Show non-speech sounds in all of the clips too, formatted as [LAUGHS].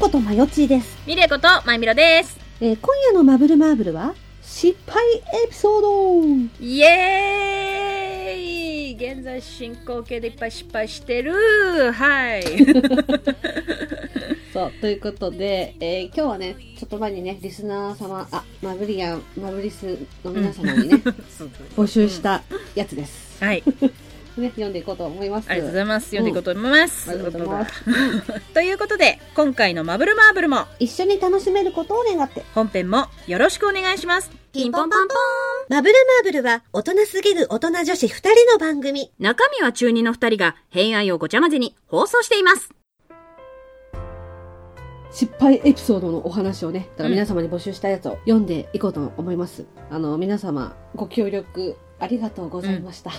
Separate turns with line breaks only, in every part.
ことまよちーです。
ミレイことまゆみろです。
えー今夜のマブルマーブルは、失敗エピソード
イエーイ現在進行形でいっぱい失敗してる
[LAUGHS]
はい。
そう、ということで、えー今日はね、ちょっと前にね、リスナー様、あ、マブリアン、マブリスの皆様にね、 [LAUGHS] 募集し。たやつです。
はい。
ね、読んでいこうと思います。
ありがとうございます。読んでいこうと思います。
ありがとうございます。
ということで、今回のマブルマーブルも
一緒に楽しめることを願って。
本編もよろしくお願いします。
ピンポンパンポン。
マブルマーブルは大人すぎる大人女子二人の番組。
中身は中二の二人が偏愛をごちゃ混ぜに放送しています。
失敗エピソードのお話をね、だから
うん
皆様に募集したやつを読んでいこうと思います。あの、皆様、ご協力ありがとうございました。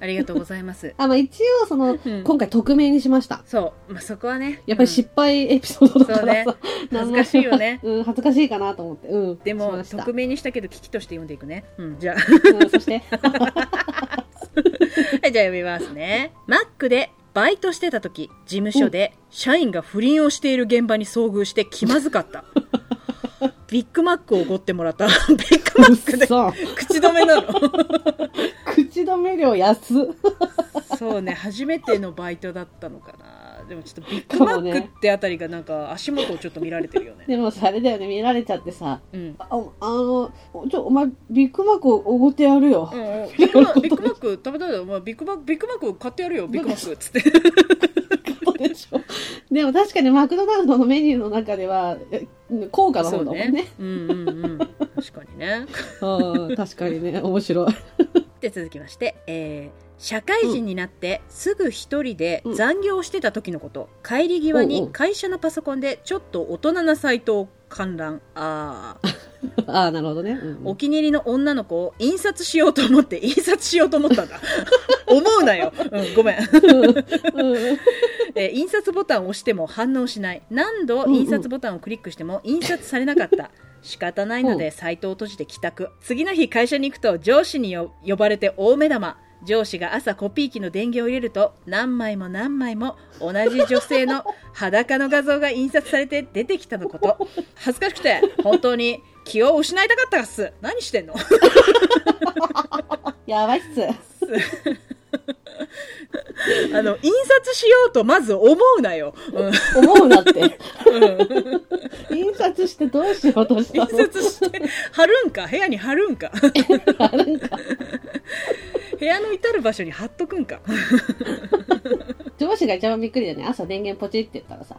ありがとうございます。
あ、まあ一応その、
うん
今回匿名にしました。
そう。まあ、そこはね。
やっぱり
うん
失敗エピソードだから
そう
[LAUGHS] さ、。
恥ずかしいよね
[LAUGHS] うん、恥ずかしいかなと思って。うん。
で
し
も、
ました
匿名にしたけど、危機として読んでいくね。うん、じゃあ、
うんそ
[LAUGHS]
して、
はい、 [LAUGHS] じゃあ読みますね。マックでバイトしてた時、事務所で社員が不倫をしている現場に遭遇して気まずかった。ビッグマックをおごってもらった。 [LAUGHS] ビッグマックで
そう。
口止めなの。
口止め料安っ。
[LAUGHS] そうね、初めてのバイトだったのかな。でもちょっとビッグマックってあたりがなんか足元をちょっと見られてるよね。
でもさ、あれだよね、見られちゃってさ、
うん。
ああの、ちょ、お前、ビッグマックおごってやるよ。
うんうんビッグ [LAUGHS] マビッグマック食べたいだろ、まあ、ビッグマックビッグマック買ってやるよビッグマックっつって
でしょ。でも確かにマクドナルドのメニューの中では、え高価な
そ
方
う
だもん
ね
ね。
うんうんうん確かにね
うん確かにね、面白い。
で続きまして、えー社会人になってすぐ一人で残業してた時のこと、帰り際
おうお
に
う
会社のパソコンでちょっと大人なサイトを観覧ああ
ああ、なるほどね。うん
お気に入りの女の子を印刷しようと思って印刷しようと思っ
[LAUGHS]
たんだ思うなよ、うん、ごめん、
うん
えー印刷ボタンを押しても反応しない何度印刷ボタンをクリックしても印刷されなかった仕方ないの
う
でサイトを閉じて帰宅次の日会社に行くと上司によ呼ばれて大目玉上司が朝コピー機の電源を入れると何枚も何枚も同じ女性の裸の画像が印刷されて出てきたのこと恥ずかしくて本当に気を失いたかったっす何してんの
やばいっす。
あの印刷しようとまず思うなよ、うん
思うなって。
うん
印刷してどうしようとした
印
の
刷して貼るんか部屋に貼るんか部屋の至る場所に貼っとくんか
上司が一番びっくりだよね。朝電源ポチって言ったらさ、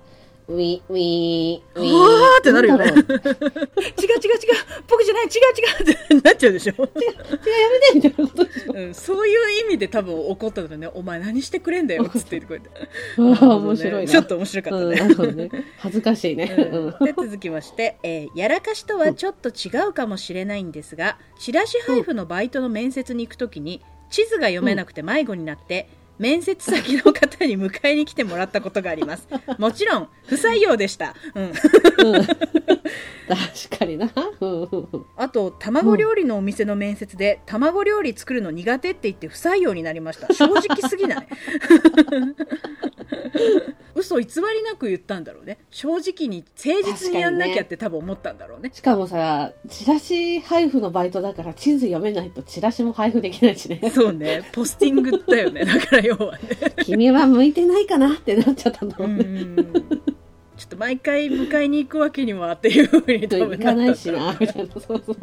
ウィン、ウィン、ウィン。
うわーってなるよね
んだろう
違う違う違う僕じゃない違う違うってなっちゃうでしょ、
違う、やめてみたいなことでしょ。
うん、そういう意味で多分怒ったのねお前何してくれんだよっつって言ってこうやって
うわー
なるほどね
面白いな。
ちょっと面白かった
うん、
ね
なるほどね。恥ずかしいね。うん
で続きまして、えーやらかしとはちょっと違うかもしれないんですがチラシ配布のバイトの面接に行くときに地図が読めなくて迷子になって、面接先の方に迎えに来てもらったことがあ
[LAUGHS]
りますもちろん不採用でした、うん、
うん確かにな。うんうんうん
あと卵料理のお店の面接で、卵料理作るの苦手って言って不採用になりました正直す
[LAUGHS]
ぎない嘘偽りなく言ったんだろうね正直に誠実にやんなきゃって多分思ったんだろうね
しかもさ、チラシ配布のバイトだから地図読めないとチラシも配布できないしね。
[LAUGHS] そうね、ポスティング
[LAUGHS]
だよね、だから要はね。
君は向いてないかなってなっちゃったんだ
う
もんね。
んちょっと毎回迎えに行くわけにはっていうふうに多
行
分
かな
なっ
い
た
し
んだ
な、みたいな。そうそう。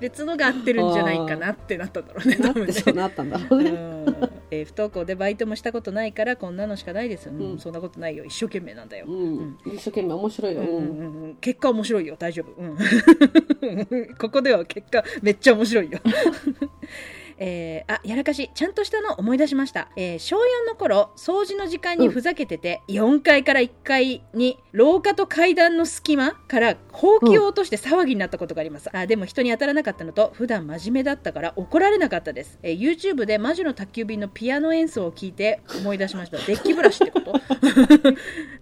別のが合ってるんじゃないかなってなったんだろうね、
な
多
っ
分
て
ね
そうなったんだろ
う
うんね。
えー不登校でバイトもしたことないからこんなのしかないですよ、うん
うん
そんなことないよ一生懸命なんだよ、
うん。一生懸命面白いよ。
うんう
うん
んうん結果面白いよ大丈夫、うん [LAUGHS] ここでは結果めっちゃ面白いよえーあやらかしちゃんとしたの思い出しました、えー小4の頃掃除の時間にふざけてて、4階から1階に廊下と階段の隙間からほうきを落として騒ぎになったことがあります、あでも人に当たらなかったのと普段真面目だったから怒られなかったです、えー YouTube で魔女の宅急便のピアノ演奏を聞いて思い出しましたデッキブラシってこと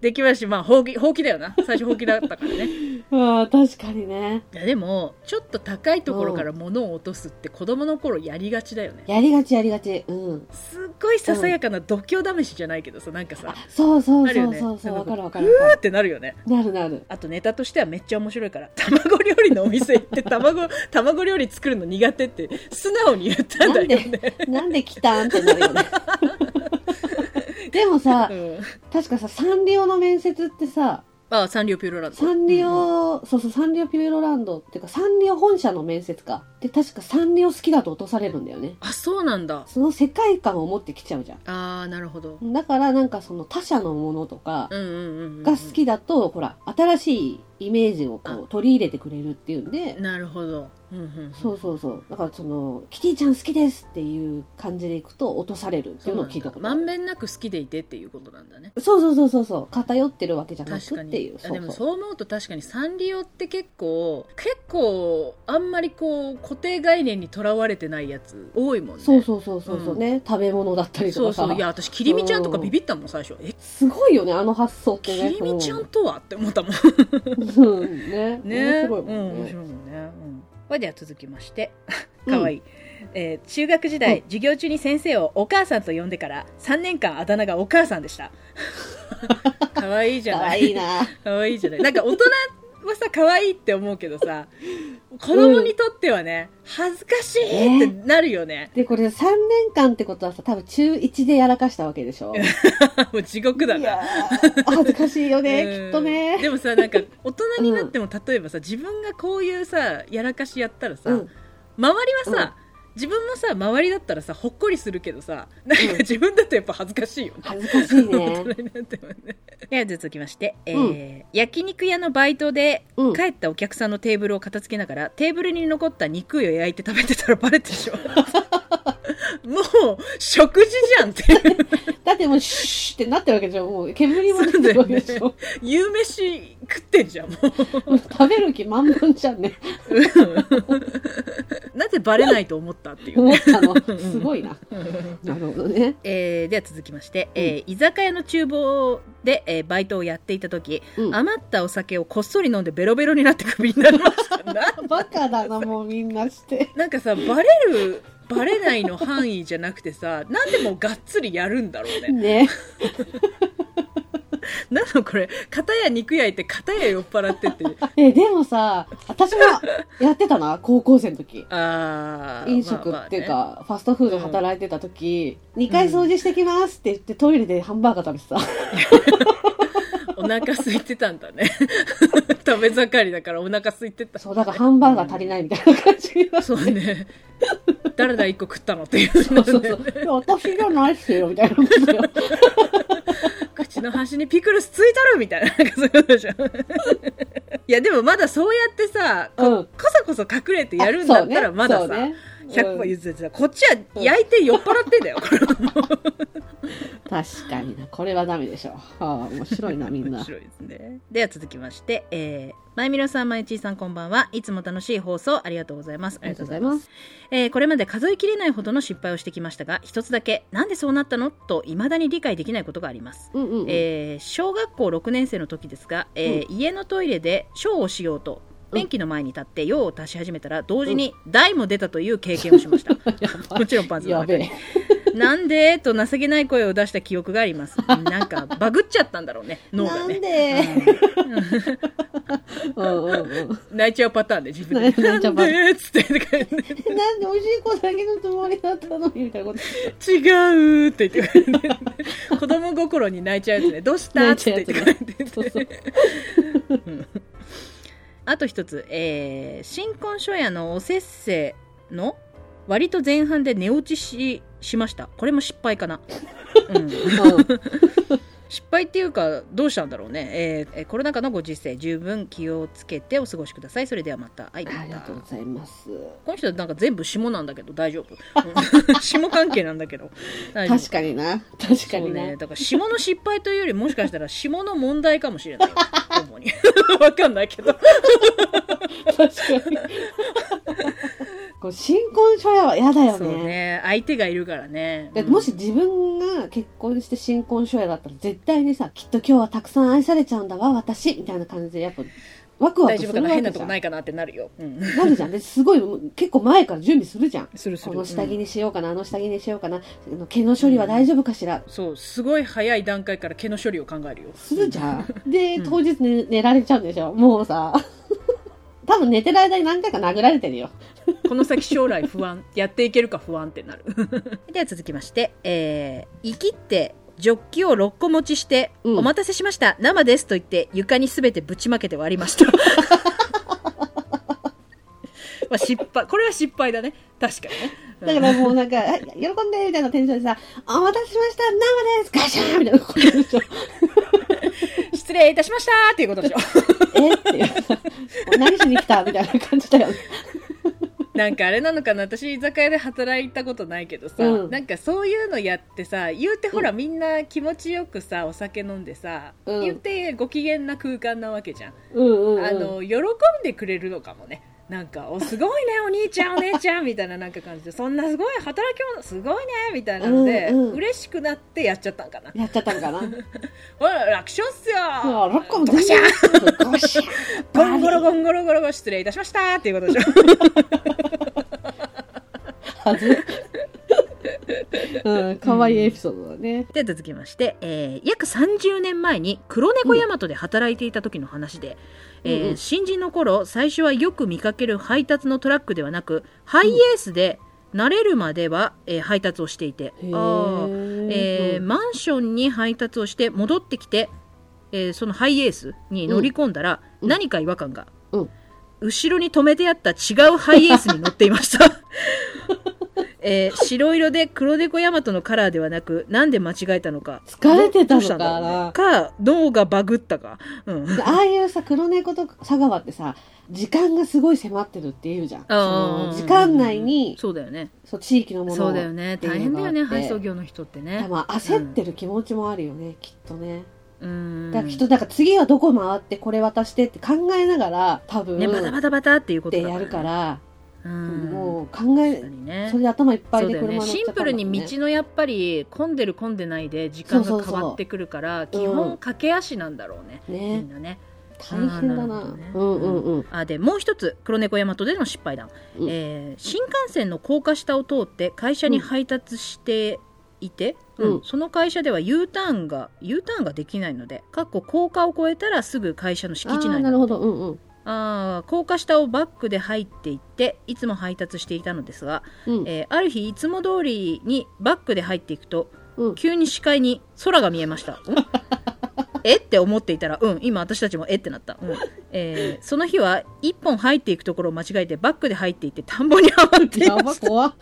デッキブラシまあほうきほうきだよな最初ほうきだったからね
ああ、確かにね。
いやでもちょっと高いところから物を落とすって子供の頃やりがちだよね
やりがちやりがち。うん。
すっごいささやかな度胸試しじゃないけどさなんかさ
そうそう
ある
そ
よ
う
ね
そうそう。わ、かるわか
う
る
わ
わ
ーってなるよね
かる。なるなる。
あとネタとしてはめっちゃ面白いから卵料理のお店行って卵 [LAUGHS] 卵料理作るの苦手って素直に言ったんだよね
なんで来たんってなるよね。でもさ、
[LAUGHS] うん、
確かさ、サンリオの面接ってさ、
あサンリオピューロランド
サンリ
うん
オ、そうそう、サンリオピューロランドっていうか、サンリオ本社の面接か。で、確かサンリオ好きだと落とされるんだよね。
あそうなんだ
その世界観を持ってきちゃうじゃ
あーなるほど
ん。だからなんかその他社のものとか
うんうんうんうん
が好きだと、ほら、新しいイメージをこう取り入れてくれるっていうんで、
なるほど、うんうん、
そうそうそう。だからその、キティちゃん好きですっていう感じでいくと落とされるっていうのを聞いたことあ
ま
る
んべんなく好きでいてっていうことなんだね
そうそうそうそうそう偏ってるわけじゃな
確
く
か
ってい
に
う
あでも
そう
そう思うと確かにサンリオって結構結構あんまりこう固定概念にとらわれてないやつ多いもんね
そうそうそうそうそう
うん
ね、食べ物だったりと
そう
かさ
そういや私きりみちゃんとかビビったもん最初え
すごいよねあの発想って
き
ね
りみちゃんとはって思ったもん
うんね面
ね
白いも
う
ん
ん面
ね、
白いもんね、うん、はいでは続きましてかわいい、えー中学時代、授業中に先生をお母さんと呼んでから3年間あだ名がお母さんでした
[LAUGHS]
かわいいじゃ
か
な
わ
い
いいな
かわいいじゃないなんか大人はさ可愛いって思うけどさ子供にとってはね、恥ずかしいってなるよね、
でこれ3年間ってことはさ多分中1でやらかしたわけでしょ
[LAUGHS] もう地獄だ
い
な
やー恥ずかしいよ
うん
ねきっとね
でもさなんか大人になっても、例えばさ自分がこういうさやらかしやったらさ、
うん
周りはさ、自分もさ周りだったらさほっこりするけどさなんか自分だとやっぱ恥ずかしいよね、
恥ずかしいね
大人になってもねでは続きまして、えー焼肉屋のバイトで
うん
帰ったお客さんのテーブルを片付けながら、テーブルに残った肉を焼いて食べてたらバレてしま
[LAUGHS]
うもう食事じゃんっていう
だってもうシュッってなってるわけでしょもう煙も出てるわけでし
そ
ょ、
夕飯食ってんじゃんもう
もう食べる気満々じゃんね
なぜバレないと思ったっていう
思
ね、
ったのすごいななるほどね
えーでは続きまして、えー居酒屋の厨房で、えーバイトをやっていた時、
うん
余ったお酒をこっそり飲んでベロベロになってクビになりま
[LAUGHS]
したな
バカだなもうみんなして
なんかさバレるバレないの範囲じゃなくてさなんでもうがっつりやるんだろうね
ね
なのこれ片や肉焼いて片や酔っ払ってって
えでもさ私もやってたな高校生の時
あ
[LAUGHS]
ー
飲食
まあまあね
っていうか、ファストフード働いてた時、2回掃除してきますって言ってトイレでハンバーガー食べて
お腹空いてたんだね [LAUGHS] 食べ盛りだからお腹空いてた [LAUGHS]
たそうだからハンバーガー足りないみたいな感じになって
そうね誰だ一個食ったのっていう
そうそうそういや私じゃないっすよみたいなことよ
口の端にピクルスついたるみたいななんかそういうことじゃんいやでもまだそうやってさこ,、
うん
そこそ隠れ [LAUGHS] てやるんだったらまださ、100歩
言
譲ってさこっちは焼いて酔っ払ってんだよ、これ
確かになこれはダメでしょはあ面白いなみん
面
な
白いですねでは続きましてえー、まゆみろさんまゆちーさんこんばんはいつも楽しい放送ありがとうございます
ありがとうございます
えーこれまで数えきれないほどの失敗をしてきましたが一つだけなんでそうなったのといまだに理解できないことがあります
うんうんうん、
えー小学校6年生の時ですが、えー家のトイレでショーをしようと
うん
便器の前に立って用を足し始めたら同時に台も出たという経験を
[LAUGHS]
しましたもちろんパンツの
や
中
べ
に
え
なんでと情けない声を出した記憶がありますなんかバグっちゃったんだろうね脳
な
が
ん
ね
で、うん [LAUGHS] うんうん、
泣いちゃうパターンで自分で
[LAUGHS] 泣いちゃうパターン
なんでっつって
なんで美味しい子だけのつもりだったのにみたいなこと
違うって言ってくれて子供心に泣いちゃうやつねどうしたっ
泣い
て
ちゃう
言っ
やつね
てくれて
そうそう
あと一つ、えー新婚初夜のおせっせの割と前半で寝落ちししましたこれも失敗かな、うん、 [LAUGHS] 失敗っていうかどうしたんだろうね、えーえーコロナ禍のご時世十分気をつけてお過ごしくださいそれではまたはいまた
ありがとうございます
この人なんか全部下なんだけど大丈夫
[LAUGHS]
うん下関係なんだけど大丈夫
確かにな確か
そう
にな、
ね、だから下の失敗というよりもし
[LAUGHS]
かしたら下の問題かもしれないよ主に [LAUGHS] わかんないけど
確かにこう新婚初夜は嫌だよ
そう
ね
ね相手がいるからね
で
うん
もし自分が結婚して新婚初夜だったら絶対にさきっと今日はたくさん愛されちゃうんだわ私みたいな感じでやっぱワクワ
大
クす
丈
る
夫
わ
か
けじゃ
な
ん
変なとこないかなってなるよ、うん、
なるじゃん。ですごい、結構前から準備するじゃん。
するする
この下着にしようかな、あの下着にしようかな、あの毛の処理は大丈夫かしら。
そうすごい早い段階から毛の処理を考えるよ
するじゃん。で、当日寝寝られちゃうんでしょ。もうさ。多分寝てる間に何回か殴られてるよ。
[LAUGHS] この先将来不安やっていけるか不安ってなる [LAUGHS] では続きましてえー「生きってジョッキを6個持ちして、
うん
お待たせしました生です」と言って床に全てぶちまけて割り [LAUGHS] ましたまあ失敗これは失敗だね確かにねうん
だからもうなんか、あ喜んでみたいなテンションでさ、お待たせしました、生ですガシャーンみたいな声でしょ。
[LAUGHS] 失礼いたしましたっていうことでしょ [LAUGHS]
えっていう。何しに来たみたいな感じだよね。
なんかあれなのかな私居酒屋で働いたことないけどさ、
うん
なんかそういうのやってさ言うてほら、みんな気持ちよくさお酒飲んでさ、
うん
言ってご機嫌な空間なわけじゃん、
うんうん、うん。
あの喜んでくれるのかもねなんかおすごいねお兄ちゃんお姉ちゃんみたいななんか感じでそんなすごい働き者すごいねみたいなので、
うんうん
嬉しくなってやっちゃったんかな
やっちゃったのかな。
ほら楽勝っすよ
そう、6個も
ガ
全
シャ
然
ン。
ゴシャン
ゴンゴロゴンゴロゴロゴロ失礼いたしましたっていうことでしょ
はず。うん、かわいいエピソードだね。
で続きまして、えー約30年前に黒猫ヤマトで働いていた時の話で、
うん
え
うんう
ー
ん
新人の頃最初はよく見かける配達のトラックではなくハイエースで慣れるまでは、えー配達をしていて
へー
あーえーマンションに配達をして戻ってきて、えーそのハイエースに乗り込んだら、
ん
何か違和感が、
うん
後ろに止めてあった違うハイエースに乗っていました、えー白色で黒猫ヤマトのカラーではなくなんで間違えたのか
疲れてた
どう
の
し
か
たんだろう
な
ね。か脳がバグったか、うん、
でああいうさ、黒猫と佐川ってさ、時間がすごい迫ってるっていうじゃん。その時間内に、
そうだよね
そう地域のものを
そうだよね
って
大
いう
変
の
だ
があ
よ
って
ね配送業の人ってね
でも焦ってる気持ちもあるよね、きっとね。
うん
だからきっと、なんか次はどこ回ってこれ渡してって考えながら、多分、
ねバタバタバタっていうこ
で
と
やるか
ね
ら、
うん、
もう考え
確か、にね
それで頭いっぱ
そ
いうで
だよ
車乗
ね、
っちゃった
シン
んだ
プ
も
ル
んね
に道のやっぱり混んでる混んでないで時間
そう
が
そう
変
そう
わってくるから
うん
基本駆け足なんだろうね、み
ね
んなね
大変だな
あーなるほどね
うんうんうん
あでもう一つ黒猫大和での失敗談、
うん
えー新幹線の高架下を通って会社に配達していて、
うん
うんその会社では U ターンが U ターンができないのでかっこ高架を越えたらすぐ会社の敷地
あー
内
なるほどうんうん
あー高架下をバックで入っていっていつも配達していたのですが、
うん
えーある日いつも通りにバックで入っていくと [LAUGHS]
うん
急に視界に空が見えました。ん [LAUGHS] えって思っていたら、うん、今私たちもえってなった。うんえーその日は一本入っていくところを間違えてバックで入っていって田んぼにはまってい
や
ま
ば
した。
怖っ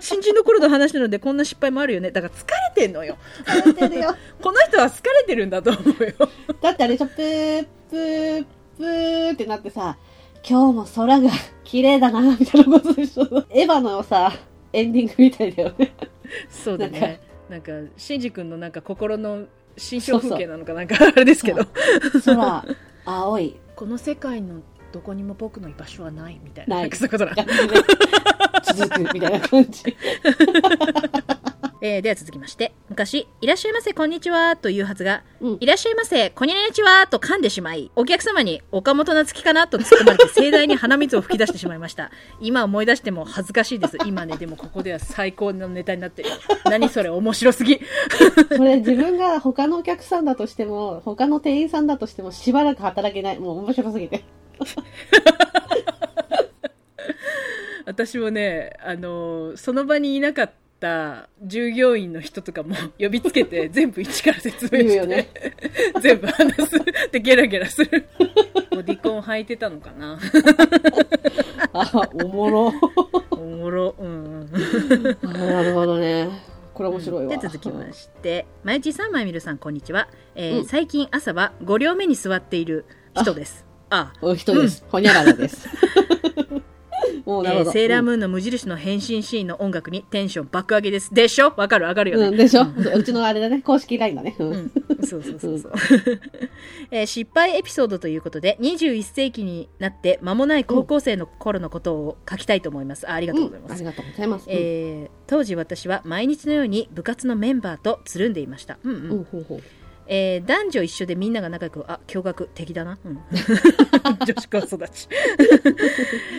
新人の頃の話なのでこんな失敗もあるよね。だから疲れてんのよ。
疲れてるよ
この人は疲れてるんだと思うよ。
だってあれでしょプープープーってなってさ今日も空が綺麗だなみたいなことでしょエヴァのさエンディングみたいだよね
そうだね。なんか、シンジ君のなんか心の心象風景なのかなんかあれですけど。
空青い
この世界のどこにも僕の居場所はないみたい
な
な。
い
んかそういうことだ
感じで続くみたいな感じ
えーでは続きまして、昔、いらっしゃいませ、こんにちは、というはずが、
うん
いらっしゃいませ、こにゃにゃちは、と噛んでしまい、お客様に、岡本夏樹かな、と突っ込まれて、盛大に鼻水を吹き出してしまいました。今思い出しても恥ずかしいです。今ね、でもここでは最高のネタになってる。何それ、面白すぎ。
それ自分が他のお客さんだとしても他の店員さんだとしてもしばらく働けないもう面白すぎて
私もね、あのーその場にいなかった従業員の人とかも呼びつけて、全部一から説明
言う
して、
よね
全部話す。で、ゲラゲラする。ボディコン履いてたのかな。
あおもろ
おもろ。うん。
あなるほどねこれ面白いわ、
で続きまして、まゆちさん、まゆみるさん、こんにちは。えー
うん
最近朝は5両目に座っている人です。あ
お人です。ほにゃらら [LAUGHS] です。もうなる
え
ほ
ー
ど。
セーラームーンの無印の変身シーンの音楽にテンション爆上げです。でしょわかる上がるよ
う
ね。
ん、うん、でしょ、うちのあれだね、公式ラインだね。うん
うんそうそうそうそう、えー失敗エピソードということで21世紀になって間もない高校生の頃のことを書きたいと思います、あありがとうございます、
ありがとうございます。
えー当時私は毎日のように部活のメンバーとつるんでいました、うんうん
うん、ほうほう。
えー男女一緒でみんなが仲良くあ驚愕敵だな、うん [LAUGHS] 女子高育 [LAUGHS] ち、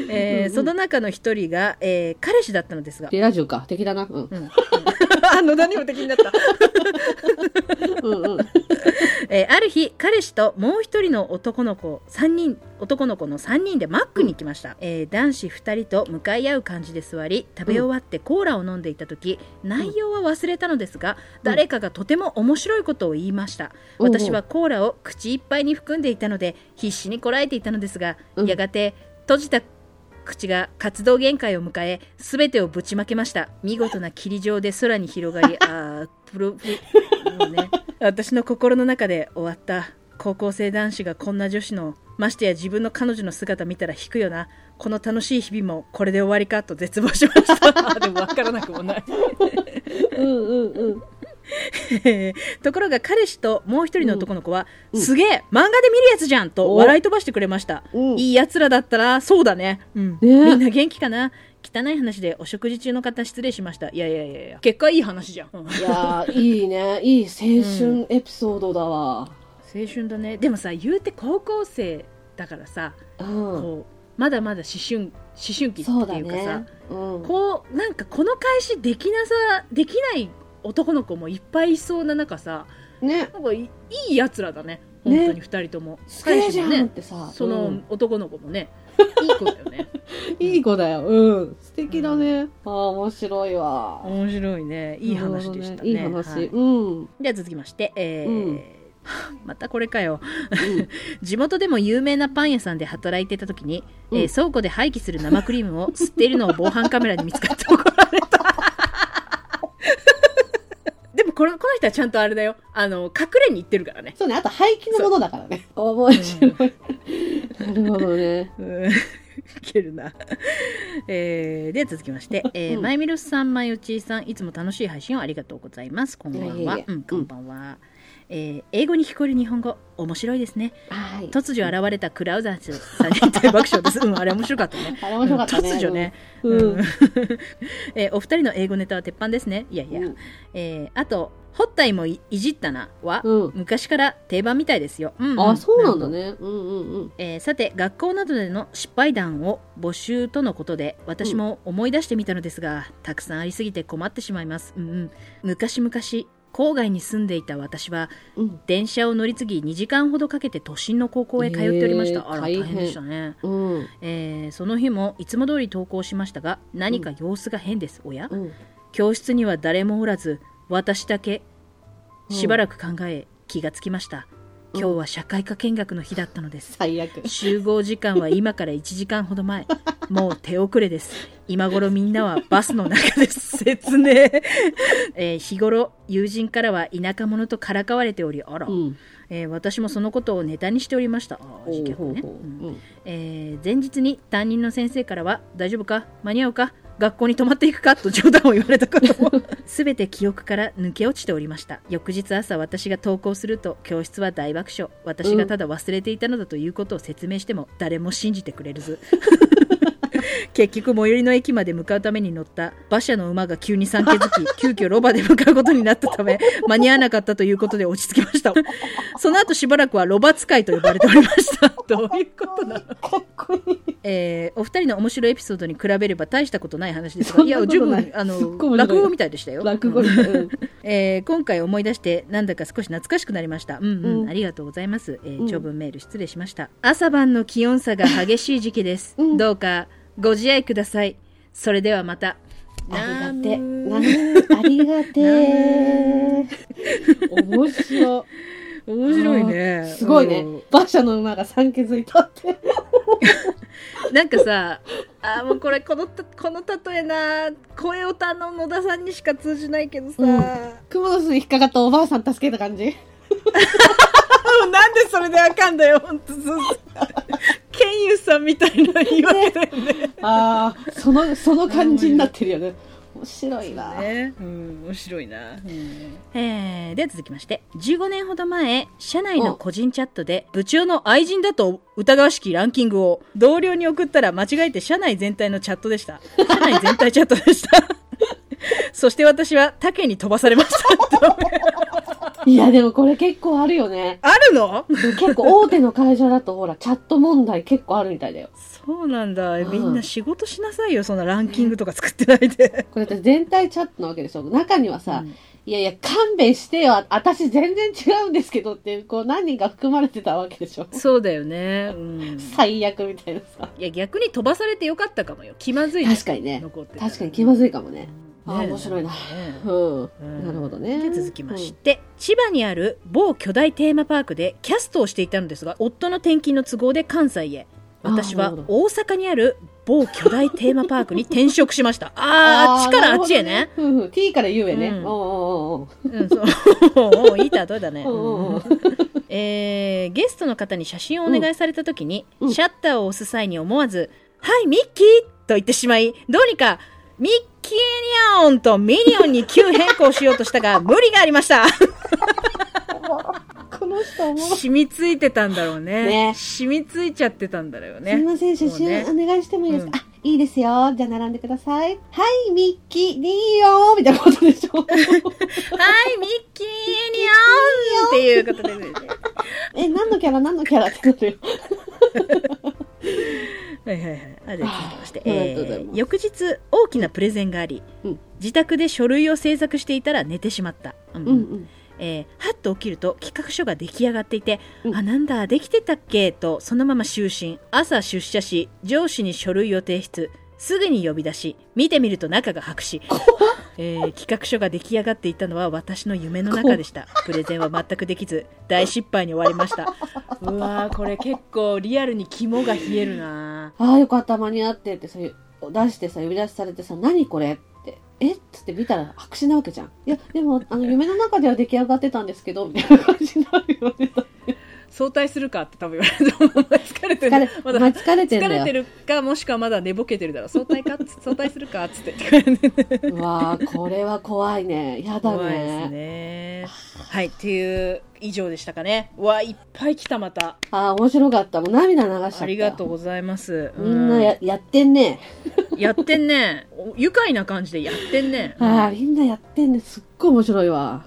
えーその中の一人が、えー彼氏だったのですが、
で、ラジオか。敵だな。うん
う。ん、 [LAUGHS] あ野田にも敵になった
うんうん。
えーある日彼氏ともう一人の男の子3人男の子の3人でマックに行きました、えー男子2人と向かい合う感じで座り食べ終わってコーラを飲んでいた時、内容は忘れたのですが、誰かがとても面白いことを言いました、
おうおう
私はコーラを口いっぱいに含んでいたので必死にこらえていたのですが、
うん
やがて閉じた口が活動限界を迎え全てをぶちまけました見事な霧状で空に広
[LAUGHS]
がりあープロプロもうね私の心の中で終わった高校生男子がこんな女子のましてや自分の彼女の姿見たら引くよなこの楽しい日々もこれで終わりかと絶望しました [LAUGHS] でも分からなくもない
うんうんうん。
えー [LAUGHS] ところが彼氏ともう一人の男の子は、
うん
すげえ漫画で見るやつじゃんと
お
笑い飛ばしてくれました、
うん
いいやつらだったらそうだね,、うん、
ね
みんな元気かな汚い話でお食事中の方失礼しましたいやいやいやいや結果いい話じゃん、うん青
いやー、いいね。いい青春エピソードだわ。
春だねでもさ言うて高校生だからさ、
うん。
こうまだまだ思春思春期って
そうだ
いうかさ
ね。うん。
こうなんかこの返しできなさできない男の子もいっぱいいそうな中さ、
ね。
なんかいいいやつらだね本
ね
当に二人とも、
スケ
彼
ジ
氏
ュ
も
ールっ
ね
てさ、
そうの
ん
男の子
[LAUGHS]
もね、いい子だよね
いい子だよ。うん。素敵だね。あー面白いわ。
面白いねいい話でしたね
いい話。
はい
うん。
[LAUGHS] では続きまして、えー
うん
[LAUGHS] またこれかよ地元でも有名なパン屋さんで働いてた時に、えー
うん
倉庫で廃棄する生クリームを [LAUGHS] 吸っているのを防犯カメラに見つかって怒られた [LAUGHS] でもこのこの人はちゃんとあれだよあの隠れに行ってるからね [LAUGHS]
そうね、あと廃棄のものだからね。面白い。なるほどね。
うんいけるな、えーでは続きまして、えー
うん
まゆみるさんまゆちーさんいつも楽しい配信をありがとうございますこんばん
いえ
はい
え
うんこんばんは、えー英語に聞こえる日本語面白いですね
はい。
突如現れたクラウザーズさんに大爆笑ですうんあれ面白かったね
あれ面白かった
うん
ね。
突如ね、
うん。
うん [LAUGHS] えーお二人の英語ネタは鉄板ですねいやいや、
うん
えーあと「ホッタイもいいじったな」は、
うん
昔から定番みたいですよ、うん
あ、そうなんだね。うんうんうん。
えーさて学校などでの失敗談を募集とのことで私も思い出してみたのですが、たくさんありすぎて困ってしまいます、うんうん、昔々郊外に住んでいた私は
うん。
電車を乗り継ぎ2時間ほどかけて都心の高校へ通っておりました、
えー
あら
大変
大変でしたね、
うん。
えーその日もいつも通り登校しましたが何か様子が変です、おや
うん。
教室には誰もおらず私だけしばらく考え気がつきました、
うん
今日は社会科見学の日だったのです
最悪。
集合時間は今から1時間ほ
[LAUGHS]
ど前。もう手遅れです。今頃みんなはバスの中です。 [LAUGHS] 説明。えー日頃、友人からは田舎者とからかわれており、あら、
うん。
えー私もそのことをネタにしておりました。あー事件
ほ
を
う
ね、
ほうほう
う
うんん。
えー前日に担任の先生からは大丈夫か間に合うか学校に泊まっていくかと冗談を言われたことも全て記憶から抜け落ちておりました翌日朝私が登校すると教室は大爆笑私がただ忘れていたのだということを説明しても誰も信じてくれるず結局最寄りの駅まで向かうために乗った馬車の馬が急に産気づき急遽ロバで向かうことになったため間に合わなかったということで落ち着きましたその後しばらくはロバ使いと呼ばれておりましたどういうことなの
かっこいい。
えーお二人の面白いエピソードに比べれば大したことない話です
そ
が、
ん
い
な
や、
こと
十
な
分
い、
あ
すっごい面白
の、
い
落語みたいでしたよ。
落語みたい。うん
えー今回思い出してなんだか少し懐かしくなりましたうんうん、
うん
ありがとうございます、えー
うん
長文メール失礼しました、朝晩の気温差が激しい時期です、
うん
どうかご自愛くださいそれではまた
ありがて。な
なむ
ありがてー。面白
面白いね
い。すごいね
うん。
馬車の馬が産気づいたって。
なんかさあーもうこれこのたこの例えな声をたの野田さんにしか通じないけどさ、
うん蜘蛛の巣に引っかかったおばあさん助けた感じ。
なんでそれであかんだよ、本当ずっと。ケンユさんみたいな言い訳だよね。
ああ、その、その感じになってるよね。面白いな。
ね、うん、面白いな。えー、では続きまして、15年ほど前、社内の個人チャットで、部長の愛人だと疑わしきランキングを同僚に送ったら間違えて社内全体のチャットでした。社内全体チャッ [LAUGHS] トでした。そして私は他県に飛ばされました。
いや、でもこれ結構あるよね。
あるの
結構大手の会社だとほら、チャット問題結構あるみたいだよ。
そうなんだ
うん
みんな仕事しなさいよそんなランキングとか作ってないで、
これって全体チャットなわけでしょ。中にはさ、
うん
いやいや、勘弁してよ。あ私全然違うんですけどっていう、こう何人か含まれてたわけでしょ。
そうだよねうん
最悪みたいなさ。
いや逆に飛ばされてよかったかもよ気まずい
確かにね。
残って
確かに気まず
い
いかもね。あー面白いなうん。なるほどね。
で続きまして、千葉にある某巨大テーマパークでキャストをしていたのですが夫の転勤の都合で関西へ
あー
私は
なるほ
大阪にある某巨大テーマパークに転職しましたあーあっちからあっちへね。
うんうん T から U へね。
うん
おうおうおうおう
うんそう [LAUGHS] おーいい例えだね、
おうおうおう
えーゲストの方に写真をお願いされた時に、
うん
シャッターを押す際に思わず「はいミッキー!」と言ってしまいどうにかミッキーニャオンとミニオンに急変更しようとした [LAUGHS] が無理がありました
この人おもろい
染みついてたんだろうね
ね
染みついちゃってたんだろう
すみ
ね
ません、写真
もうね
お願いしてもいいですか、
うん
あ、いいですよ。じゃあ並んでください。はい、ミッキー、ニーよーみたいなことでし
[LAUGHS]
ょ。
はいミッキーニャオンっていうことですね
え、何のキャラ何のキャラってなるよ。
[LAUGHS] はいはいはい。あ、じゃあ続きまして。
あー
え
ありがとうございま
ー
す
翌日、大きなプレゼンがあり、
うん
自宅で書類を制作していたら寝てしまった。うん
うんうん。
えーはっと起きると企画書が出来上がっていて、
うん
あ、なんだ、できてたっけと、そのまま就寝。朝出社し、上司に書類を提出。すぐに呼び出し、見てみると中が白紙。えー企画書が出来上がっていたのは私の夢の中でした。プレゼンは全くできず、大失敗に終わりました。うわー、これ結構リアルに肝が冷えるな
ああ、よかった、間に合ってってさ、出してさ、呼び出しされてさ、何これって。えっつって見たら白紙なわけじゃん。いや、でも、あの、夢の中では出来上がってたんですけど、みたいな感じになるよね。
早退するかって多分言われると思う。疲れて
疲
る
れ、。
[LAUGHS] まだ
まあ疲れてん
疲
だ
れ
よ
て。るか、もしくはまだ寝ぼけてるだろう。早退か、早退するかっつってって [LAUGHS] 感じ
うわあ、これは怖いね。やだ
怖いで
ね。
すね。はい、っていう以上でしたかね。うわ、いっぱい来たまた。
ああ、面白かった。もう涙流しちゃった。
ありがとうございます。
みんなややってんね。
うんやってんね。お愉快な感じでやってんね。
ああ、みんなやってんね。すっごい面白いわ。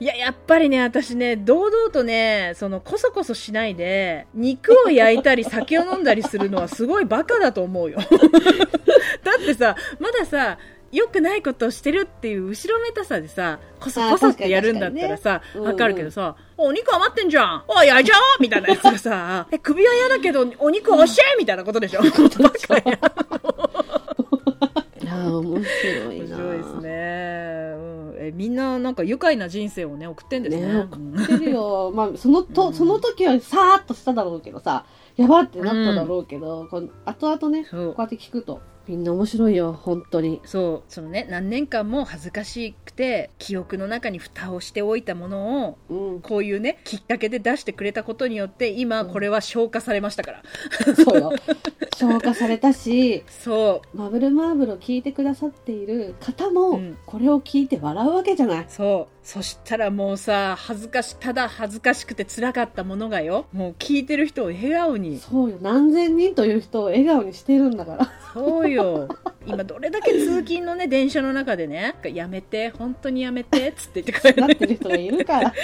いや、やっぱりね、私ね、堂々とね、その、こそこそしないで、肉を焼いたり、酒を飲んだりするのはすごいバカだと
[LAUGHS]
思うよ。だってさ、まださ、良くないことをしてるっていう後ろめたさでさ、こそこそってやるんだったらさ、
あー確かに確かにね
わかるけどさ、お肉余ってんじゃんおい、焼いちゃおうみたいなやつ
[LAUGHS]
がさ、え、首は嫌だけど、お肉おっしゃいみたいなことでしょバカや。
いやー、面白い
面
な。
白いですね。うん、えみんななんか愉快な人生をね、送ってんですね。
ね
うん
知ってるよ。まあ、そのと、
うん
その時はさーっとしただろうけどさ、やばってなっただろうけど、この後々ね、こ
そう
うやって聞くと、みんな面白いよ、本当に。
そうそのね何年間も恥ずかしくて記憶の中に蓋をしておいたものを
うん。
こういうねきっかけで出してくれたことによって今
うん
これは消化されましたから、
そうよ。消化されたし、
そう
マブルマーブルを聞いてくださっている方
う
も
ん、
これを聞いて笑うわけじゃない。
そうそしたらもうさ恥ずかしただ恥ずかしくて辛かったものがよもう聞いてる人を笑顔に
そうよ。何千人という人を笑顔にしてるんだ
[LAUGHS]
から。
そ
[LAUGHS]
うよ今どれだけ通勤のね電車の中でねやめて本当にやめてっつって言って帰る
なってる人がいる
[LAUGHS]
から。
ね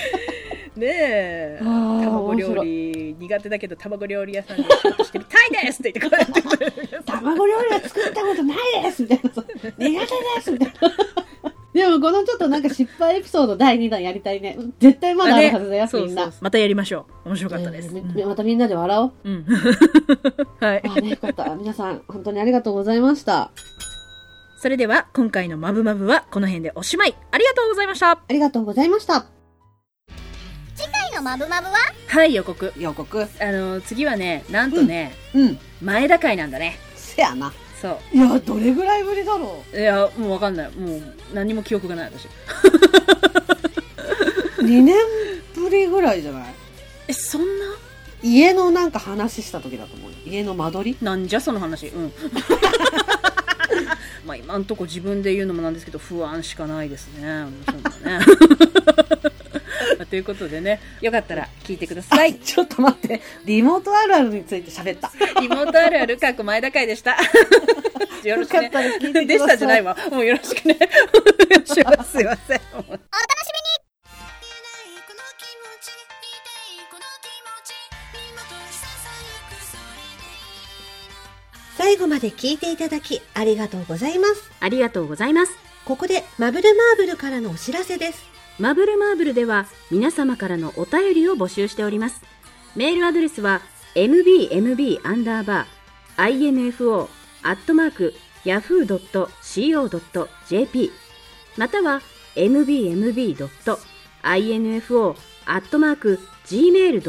え
あー
卵料理苦手だけど卵料理屋さんで仕事してみたいですって言って帰ってくる
卵料理は作ったことないですみたいなさ苦手ですみたいなでもこのちょっとなんか失敗エピソード第2弾やりたいね絶対まだあるはずだよ、
ねそ
み
う
ん
そう
な
そうまたやりましょう面白かったです、
ねねまたみんなで
[LAUGHS]
笑おう
うん [LAUGHS] はい
あねよかった皆さん本当にありがとうございました
それでは今回の「まぶまぶ」はこの辺でおしまいありがとうございました
ありがとうございました
のマブマブは
はい予告
予告
あの次はねなんとね、
うん
前田会なんだね
せやな
そ
いやどれぐらいぶりだろ
ういやもうわかんないもう何も記憶がない私
う2年ぶりぐらいじゃない
えそんな
家のなんか話した時だと思うよ家の間取り
なんじゃその話うん [LAUGHS] まあ今んとこ自分で言うのもなんですけど不安しかないですねそうだね [LAUGHS] まあということでねよかったら聞いてくださ
はいい [LAUGHS] ちょっと待ってリモートあるあるについて喋った
妹あるある過去前田会でした。 [LAUGHS] よろしく
よかったら聞い
ね。
て
で
くださ
し
い
たじゃないわ。 [LAUGHS] もうよろしくね。お願いしますすいません。
「最後まで聞いていただきありがとうございます。
ありがとうございます。
ここでマブルマーブルからのお知らせです。
マブルマーブルでは皆様からのお便りを募集しております。メールアドレスは mbmb-info-yahoo.co.jp または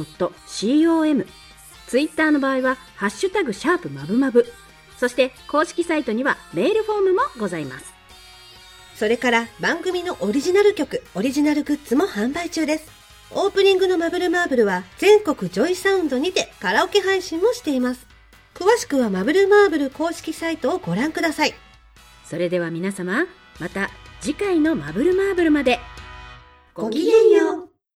mbmb.info.gmail.com ツイッターの場合はハッシュタグシャープマブマブそして公式サイトにはメールフォームもございます。
それから番組のオリジナル曲、オリジナルグッズも販売中です。オープニングのマブルマーブルは全国ジョイサウンドにてカラオケ配信もしています。詳しくはマブルマーブル公式サイトをご覧ください。
それでは皆様また次回のマブルマーブルまで
ごきげんよう。